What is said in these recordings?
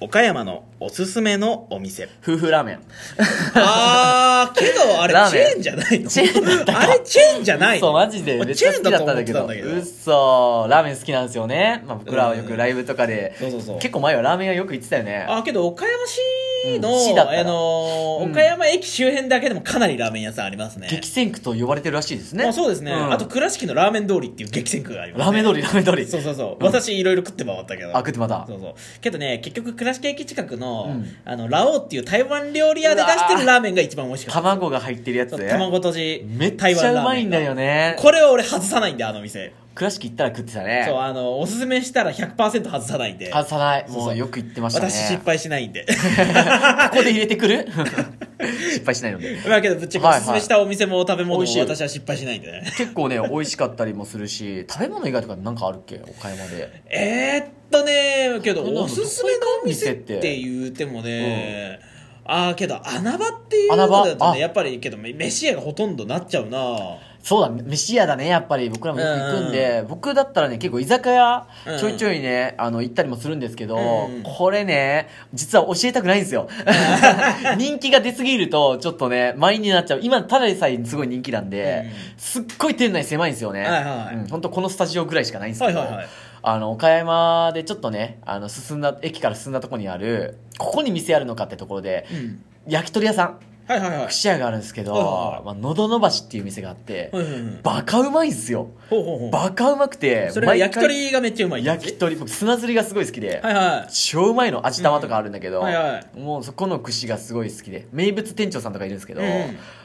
岡山のおすすめのお店。夫婦ラーメン。あー、けどあれラーチメンェーンじゃないのチェーンだったかあれチェーンじゃないのそう、マジで。めっちゃ好きだったんだけど。チェーンだと思ってたんだけど嘘ラーメン好きなんですよね。まあ僕らはよくライブとかで。そうそうそう。結構前はラーメン屋よく行ってたよね。あ、けど岡山市の、うん市だったらあのーうん岡山駅周辺だけでもかなりラーメン屋さんありますね。激戦区と呼ばれてるらしいですね。まあそうですね。んあと、倉敷のラーメン通りっていう激戦区があります、ラーね。メン通り、ラーメン通り。そうそうそう。うん私いろいろ食って回ったけど。あ、食ってまたそ。うそう。けどね、結局倉敷駅近くの、うんあの、ラオウっていう台湾料理屋で出してるラーメンが一番美味しかった。卵が入ってるやつそうで。卵とじ、めっちゃうまいんだよね。ね。これを俺外さないんで、あの店。倉敷行ったら食ってたね。そう、あの、おすすめしたら100%外さないんで。外さない。そうそうもうよく言ってましたね。私失敗しないんで。 ここで入れてくる失敗しないので。まあけど、ぶっちゃけおはいはいすすめしたお店も食べ物美も味しい私は失敗しないんでね。結構ね、美味しかったりもするし、食べ物以外とかなんかあるっけ岡山で。えー、っとねけどこんなのおすすめのお店って言うてもね、ああけど穴場っていうのだ穴場とあねやっぱりけどめ飯屋がほとんどなっちゃうなそうだ、飯屋だね、やっぱり。僕らもよく行くんで、僕だったらね、結構居酒屋うん、ちょいちょいね、あの、行ったりもするんですけど、うんこれね、実は教えたくないんで すよ。人気が出すぎると、ちょっとね、満員になっちゃう。今、ただでさえすごい人気なんで、うすっごい店内狭いんですよね。はいはいうん、本当このスタジオぐらいしかないんですはけいど、はいはいあの、岡山でちょっとね、あの、進んだ、駅から進んだとこにある、ここに店あるのかってところで、うん焼き鳥屋さん、はいはいはい串屋があるんですけど、はいはいはいまあ、のどのばしっていう店があって、うんうんうんバカうまいんすよ。ほうほうほうバカうまくて、それが焼き毎鳥がめっちゃうまい回焼き鳥、僕、砂ずりがすごい好きで、はいは超うまいの、味玉とかあるんだけど、うんはいはもうそこの串がすごい好きで、名物店長さんとかいるんですけど、うん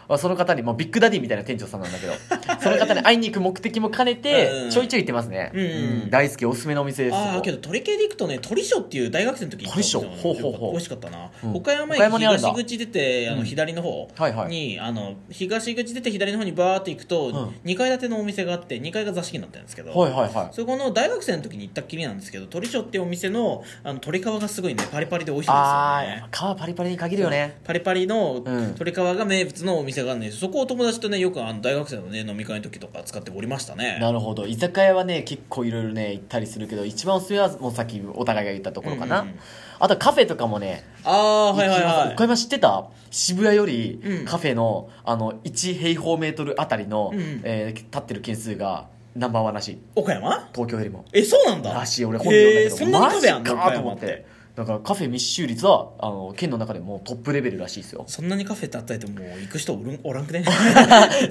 まあその方に、もうビッグダディみたいな店長さんな んだけど、その方に会いに行く目的も兼ねうんうてん、ちょいちょい行ってますね。うんうんうん大好き、おすすめのお店いです。ああここけど鳥系で行くとね鳥ショーっていう大学生の時に行ったんですよ鳥ショーほうほうほう美味しかったな、うん岡山岡山駅にあるんだ東口出てあのうん左の方に、はいはいあの東口出て左の方にバーって行くと、うん2階建てのお店があって2階が座敷になってるんですけど、はいはいはい。そこの大学生の時に行ったっきりなんですけど鳥ショーっていうお店のあの鶏皮がすごいねパリパリで美味しいんあですよねー、皮パリパリに限るよね。パリパリのうん鶏皮が名物のお店があるんですそこを友達とねよくあの大学生のね飲み会の時とか使っておりましたねなるほど居酒屋はね結構いろいろね行ったりするけど一番おすすめはもうさっきお互いが言ったところかな、うんうんうんあとカフェとかもねああはいはい行きまはすい岡山知ってた渋谷よりうんカフェの,、あの1平方メートルあたりの、うんうんえー立ってる件数がナンバーワンらしい岡山東京よりもえそうなんだらしい俺本読んだへけーど、そんなにカフェあんマジのか岡と思山っっててだからカフェ密集率はあの県の中でもトップレベルらしいですよそんなにカフェたったりともう行く人お るんおらんくね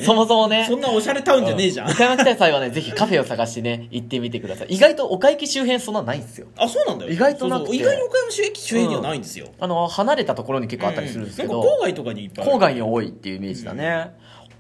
そもそもね そんなおしゃれタウンじゃねえじゃんう岡山来た際はねぜひカフェを探してね行ってみてください意外とお会計周辺そんなないんですよあそうなんだよ意外となくそてうそう意外に岡山市駅周辺にはないんですよあの離れたところに結構あったりするんですけど、うなんか郊外とかにいっぱいある郊外に多いっていうイメージだね、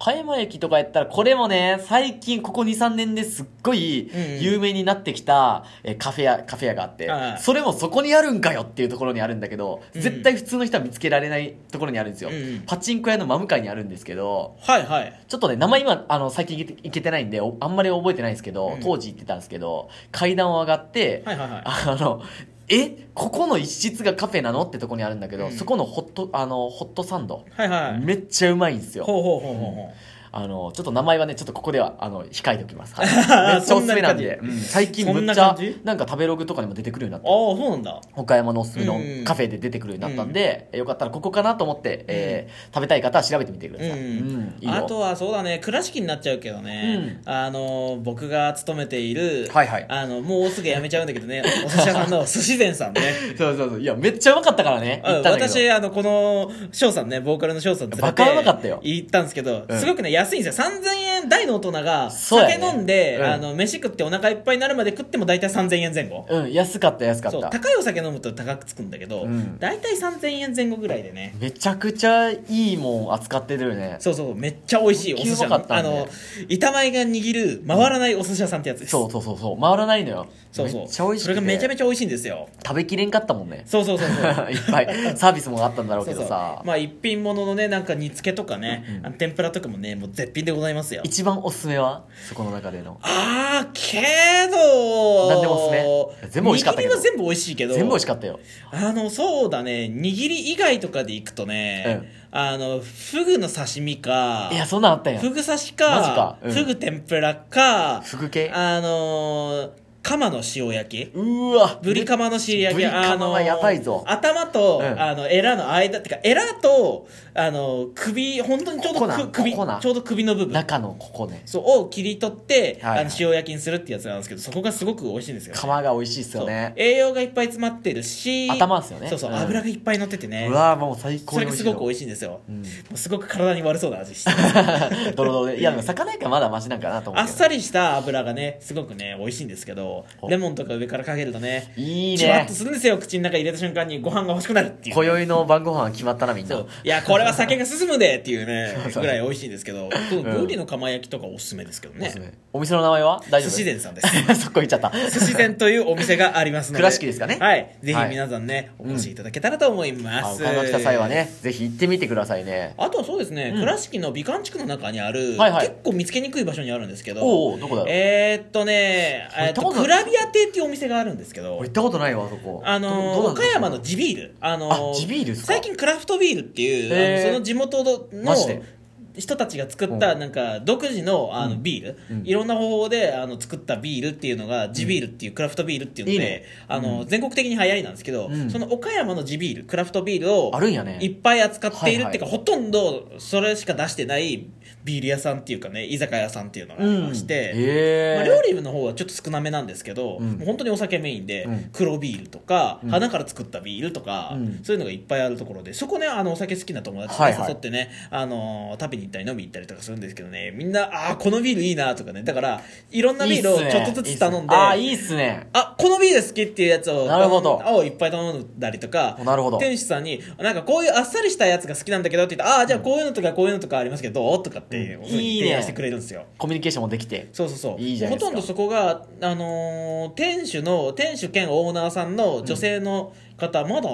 岡山駅とかやったらこれもね最近ここ23年ですっごいうん有名になってきた、えーカフェ屋カフェ屋があってはいそれもそこにあるんかよっていうところにあるんだけど、うん絶対普通の人は見つけられないところにあるんですよ、うんパチンコ屋の真向かいにあるんですけどはいはいちょっとね名前今あの最近行けて行けてないんでおあんまり覚えてないんですけど、うん当時行ってたんですけど階段を上がって、はいはいはいあの、え、ここの一室がカフェなのってとこにあるんだけど、うんそこのホット、あの、ホットサンド、はいはいめっちゃうまいんですよ。ほうほうほうほうほうあの、ちょっと名前はね、ちょっとここでは、あの、控えておきま す。はいめっちゃおすすめなんで、そんな感じうん最近そむんっなちゃ感じ、なんか食べログとかにも出てくるようになって、ああそうなんだ岡山のおすすめのうんカフェで出てくるようになったんで、えよかったらここかなと思って、えー食べたい方は調べてみてください。うんうんいいよあとはそうだね倉敷になっちゃうけどね、あの僕が勤めている、はいはいあのもうすぐ辞めちゃうんだけどねお寿司屋さんの寿司膳さんねそうそうそう。いや、めっちゃうまかったからね。あ行ったんだけど私あのこの翔さんねボーカルの翔さん連れてバカうまかったよ行ったんですけど、うんすごくね安いんですよ3000円大の大人がそうやね酒飲んで、うんあの飯食ってお腹いっぱいになるまで食っても大体3000円前後うん、安かった安かっそうた。高いお酒飲むと高くつくんだけど、うん大体3000円前後ぐらいでねめちゃくちゃいいもん扱ってるよね。そうそう、めっちゃ美味しいお寿司屋高級うまかったあんでの、板前が握る回らないお寿司屋さんってやつです。そうそうそうそう回らないのよそうそう。めっちゃ美味しくてそれがめちゃめちゃ美味しいんですよ。食べきれんかったもんねそうそうそうい そっう。ぱいサービスもあったんだろうそうけそどうさまあ一品物のねなんか煮付けとかね、うんうんあの天ぷらとかもねもう絶品でございますよ一番おすすめはそこの中でのあーけど何でもおすすめ全部美味しかったけど握りは全部美味しいけど全部美味しかったよあのそうだね握り以外とかで行くとね、あのフグの刺身かいやそんなんあったんやフグ刺しマジかかうんフグ天ぷらかふぐ系あのーカマの塩焼きうーわブリカマの塩焼きブリカマはやばいぞあの頭と、うんあのエラの間ってかエラとあの首本当にちょうどここなく首ここなちょうど首の部分中のここねそうを切り取って、はいはいあの塩焼きにするってやつなんですけどそこがすごく美味しいんですよ釜が美味しいっすよねそう栄養がいっぱい詰まってるし頭っすよねそうそう、うん油がいっぱい乗っててねうわーもう最高それに美が味しすいごく美味しいんですよ、もうすごく体に悪そうな味してます ドロドロでいやでも魚やからまだマシなんかなと思あうっけどさりした油がねすごくね美味しいんですけどおレモンとか上からかけるとねいいチュワッねとするんですよ口の中入れた瞬間にご飯が欲しくなるっていう今宵の晩ご飯は決まったなみんなそういやこれは酒が進むでっていうね そうそうぐらい美味しいんですけどこのうんブリの釜焼きとかおすすめですけどおねすすめお店の名前は大丈寿夫司で膳さんですす そこ行っちゃった寿司膳というお店がありますので倉敷ですかねはいぜひはい皆さんね、お越しいただけたらと思いまあおす、金が来た際はねぜひ行ってみてくださいねあとはそうですね、うん倉敷の美観地区の中にある、はいはい結構見つけにくい場所にあるんですけどおうおうどこだろうえー、っとね、俺えー行っったとことないクラビア亭っていうお店があるんですけど俺行ったことないわそこあのーどどうなんだ岡山の地ビール、あのーあ地ビールっすか最近クラフトビールっていう、へーあのその地元のマジで人たちが作ったなんか独自のあのビール、うんいろんな方法であの作ったビールっていうのが地ビールっていうクラフトビールっていうのいいで、ねあの全国的に流行りなんですけど、うんその岡山の地ビールクラフトビールをあるんやねいっぱい扱っているはいはいっていうか、ほとんどそれしか出してないビール屋さんっていうかね居酒屋さんっていうのがありまして、うんへーまあ、料理の方はちょっと少なめなんですけど、うんもう本当にお酒メインで、うん黒ビールとか、うん花から作ったビールとか、うんそういうのがいっぱいあるところでそこねあのお酒好きな友達はにいはい誘ってね、あのー食べに行ったり飲みに行ったりとかするんですけどねみんなああーこのビールいいなとかねだからいろんなビールをちょっとずつ頼んで。ああーいいっすねあ、このビール好きっていうやつを、なるほど青いっぱい頼んだりとか、なるほど店主さんに、なんかこういうあっさりしたやつが好きなんだけどって言ったら、あーじゃあこういうのとかこういうのとかありますけど、どうとかっていうふういにいね提案してくれるんですよ。コミュニケーションもできてそうそうそういいじゃないですかほとんどそこが、あのー店主の店主兼オーナーさんの女性の方、まだ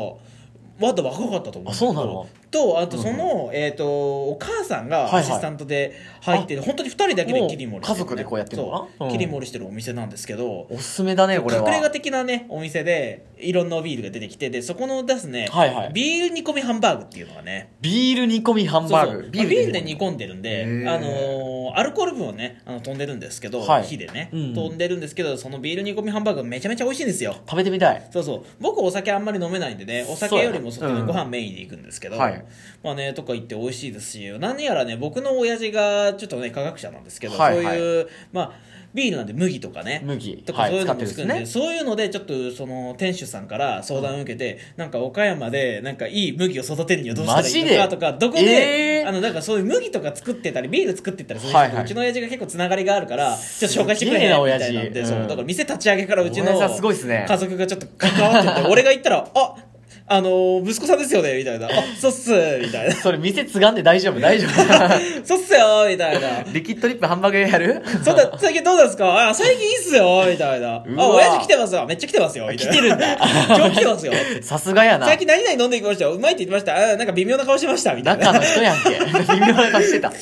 まだ若かったと思うあそうなのとあとその、えっ、とお母さんはいはがいアシスタントで入ってる、本当に2人だけで切り盛りしてるね、もう家族でこうやってるのかなそううん切り盛りしてるお店なんですけどおすすめだねこれは隠れ家的なねお店でいろんなビールが出てきてでそこのですね、はいはいビール煮込みハンバーグっていうのがねビール煮込みハンバーグそうそうまあビールで煮込んでるんへで、ーあのーアルコール分をねあの飛んでるんですけど、はい火でね、うんうん飛んでるんですけどそのビール煮込みハンバーグがめちゃめちゃ美味しいんですよ食べてみたいそうそう僕お酒あんまり飲めないんでねお酒よりもそそうっやちねのごう飯メインで行くんですけど、はいまあねとか言って美味しいですし何やらね僕の親父がちょっとね科学者なんですけど、はいはいそういうまあビールなんで麦とかね麦とかはいそういうのも作るんで,、使ってるんですそういうのでちょっとその店主さんから相談を受けて、なんか岡山でなんかいい麦を育てるにはどうしたらいいのマかジでとかどこで、えーあのなんかそういう麦とか作ってたりビール作ってたりするんですけど、はいはいうちの親父が結構つながりがあるからちょっと紹介してくれすげえななみい親た父いなんで、そううんだから店立ち上げからうちの親父さんすごいっすね家族がちょっと関わってて俺が行ったら「ああのー息子さんですよね」みたいな「あそうっす」みたいな それ店つがんで大丈夫大丈「夫そうっすよ」みたいな。リキッドリップハンバーグ屋やるそんな最近どうなんですかあ最近いいっすよみたいな。あ、うわ親父来てますわ。めっちゃ来てますよ。みたいな来てるん だ 今日来てますよ。さすがやな最近何々飲んでいきましたよ。うまいって言ってました。あなんか微妙な顔してました。みたいな。中の人やん け微妙な顔してた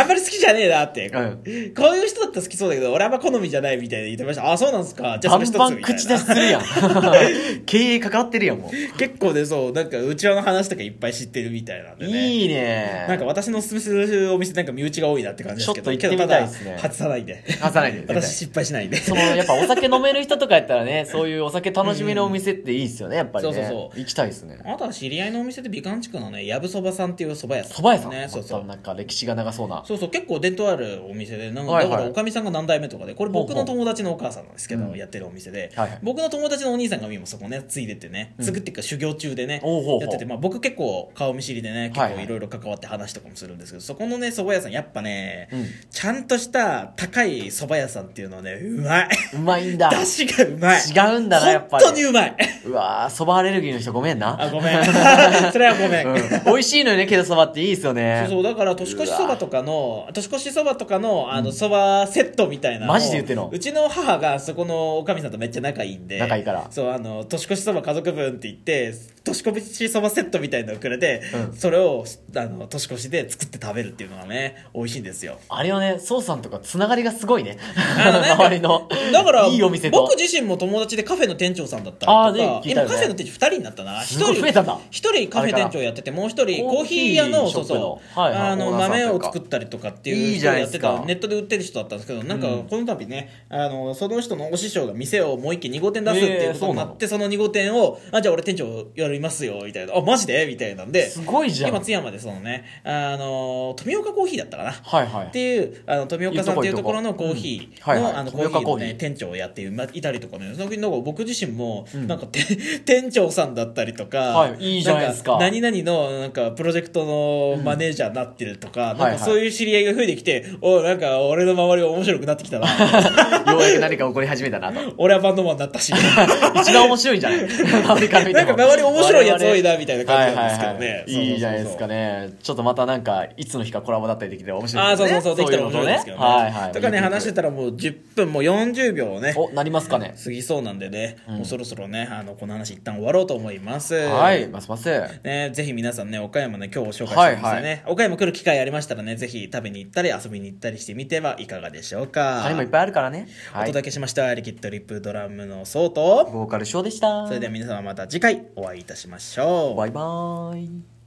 あんまり好きじゃねえなって。うんこういう人だったら好きそうだけど、俺あんま好みじゃないみたいな言ってました。あ、そうなんですか。じゃあバそれ一ンつみバたいンな。口出しするやん経営関わってるやんも う結構ね、そう、なんか、うちわの話とかいっぱい知ってるみたいなんでね。いいねなんか私のおすすめするお店なんか身内が多いなって感じですけど、ちょっと行ってみたいですけどたねだ外さないんで。外さないで私失敗しないんで。そのやっぱお酒飲める人とかやったらねそういうお酒楽しめるお店っていいっすよねやっぱりねそうそうそう行きたいっすねあとは知り合いのお店で美観地区のね、やぶそばさんっていう蕎麦屋さん。蕎麦屋さん、ね、そうそう。なんか歴史が長そうなそうそう結構伝統あるお店でなんかはいだはいからおかみさんが何代目とかでこれ僕ほうのほ友達のお母さんなんですけど、うんやってるお店で、はいはい僕の友達のお兄さんが今そこねついでてね、うんつぐっていうか修行中でねおうほうほうやってて、まあ、僕結構顔見知りでね結はいは構いいろいろ関わって話とかもするんですけど、そこのね蕎麦屋さんやっぱね、うんちゃんとした高い蕎麦屋さんっていうのはねうまいうまいんだ出汁がうまい違うんだなやっぱり本当にうまいうわーそばアレルギーの人ごめんなあごめん それはごめん、うん美味しいのよねけどそばっていいっすよねそうそうだから年越しそばとかの年越しそばとかのあのそばセットみたいなをマジで言ってんのうちの母がそこのおかみさんとめっちゃ仲いいんで仲いいからそうあの年越しそば家族分って言って年越しそばセットみたいなのをくれて、うんそれをあの年越しで作って食べるっていうのがね美味しいんですよあれはね、ソウさんとかつながりがすごいね。あのね 周りの。だからいいお店と。僕自身も友達でカフェの店長さんだったりとあーか、ね聞い今たよねカフェの店長2人になったなすごい増えたんだ一人カフェ店長やっててもう一人コーヒー屋のコそーうヒーショップのそう、はいはいあのオーナーさんという豆かを作ったりとかっていいいうじゃ人をなやいでっすてかたネットで売ってる人だったんですけどなんかうんこの度ねあのその人のお師匠が店をもう一軒2号店出すっていうことになって、その2号店をあじゃあ俺店長やりますよみたいなあマジでみたいなんですごいじゃん。今はい津山でそのねあの富岡コーヒーだったかなはっい。ていうあの富岡さんっていうところのコーヒうんはいーはいのあのコ富ー岡ヒーのコーヒねー店長をやっていまいたりとかねその時なんか僕自身もなんかて 店長さんだったりとかはいいいじゃないですかん何々のなんかプロジェクトのマネージャーになってるとかはいなはんいかそういう知り合いが増えてきておいなんか俺の周り面白くなってきた なようやく何か起こり始めたなと。俺はバンドマンにな ったし一番面白いんじ ゃない周りから見なてんもか周り面白いやつ多いなみたいな感じなんですけどはいはいねはいいいじゃないですかねねちょっとまたなんかいつの日かコラボだったりできて面白あいあですそうねそうそうできたら面白いですけどねはいはいとかね話してたらもう10分もう40秒をねおなりますかね過ぎそうなんでね、もうそろそろねあのこの話一旦終わろうと思いますはいますますね、ぜひ皆さんね岡山ね今日紹介してますはいね、岡山来る機会ありましたらねぜひ食べに行ったり遊びに行ったりしてみてはいかがでしょうか他にもいっぱいあるからねおはい届けしましたリキッドリップドラムのソウとボーカルショーでしたそれでは皆様また次回お会いいたしましょうバイバーイ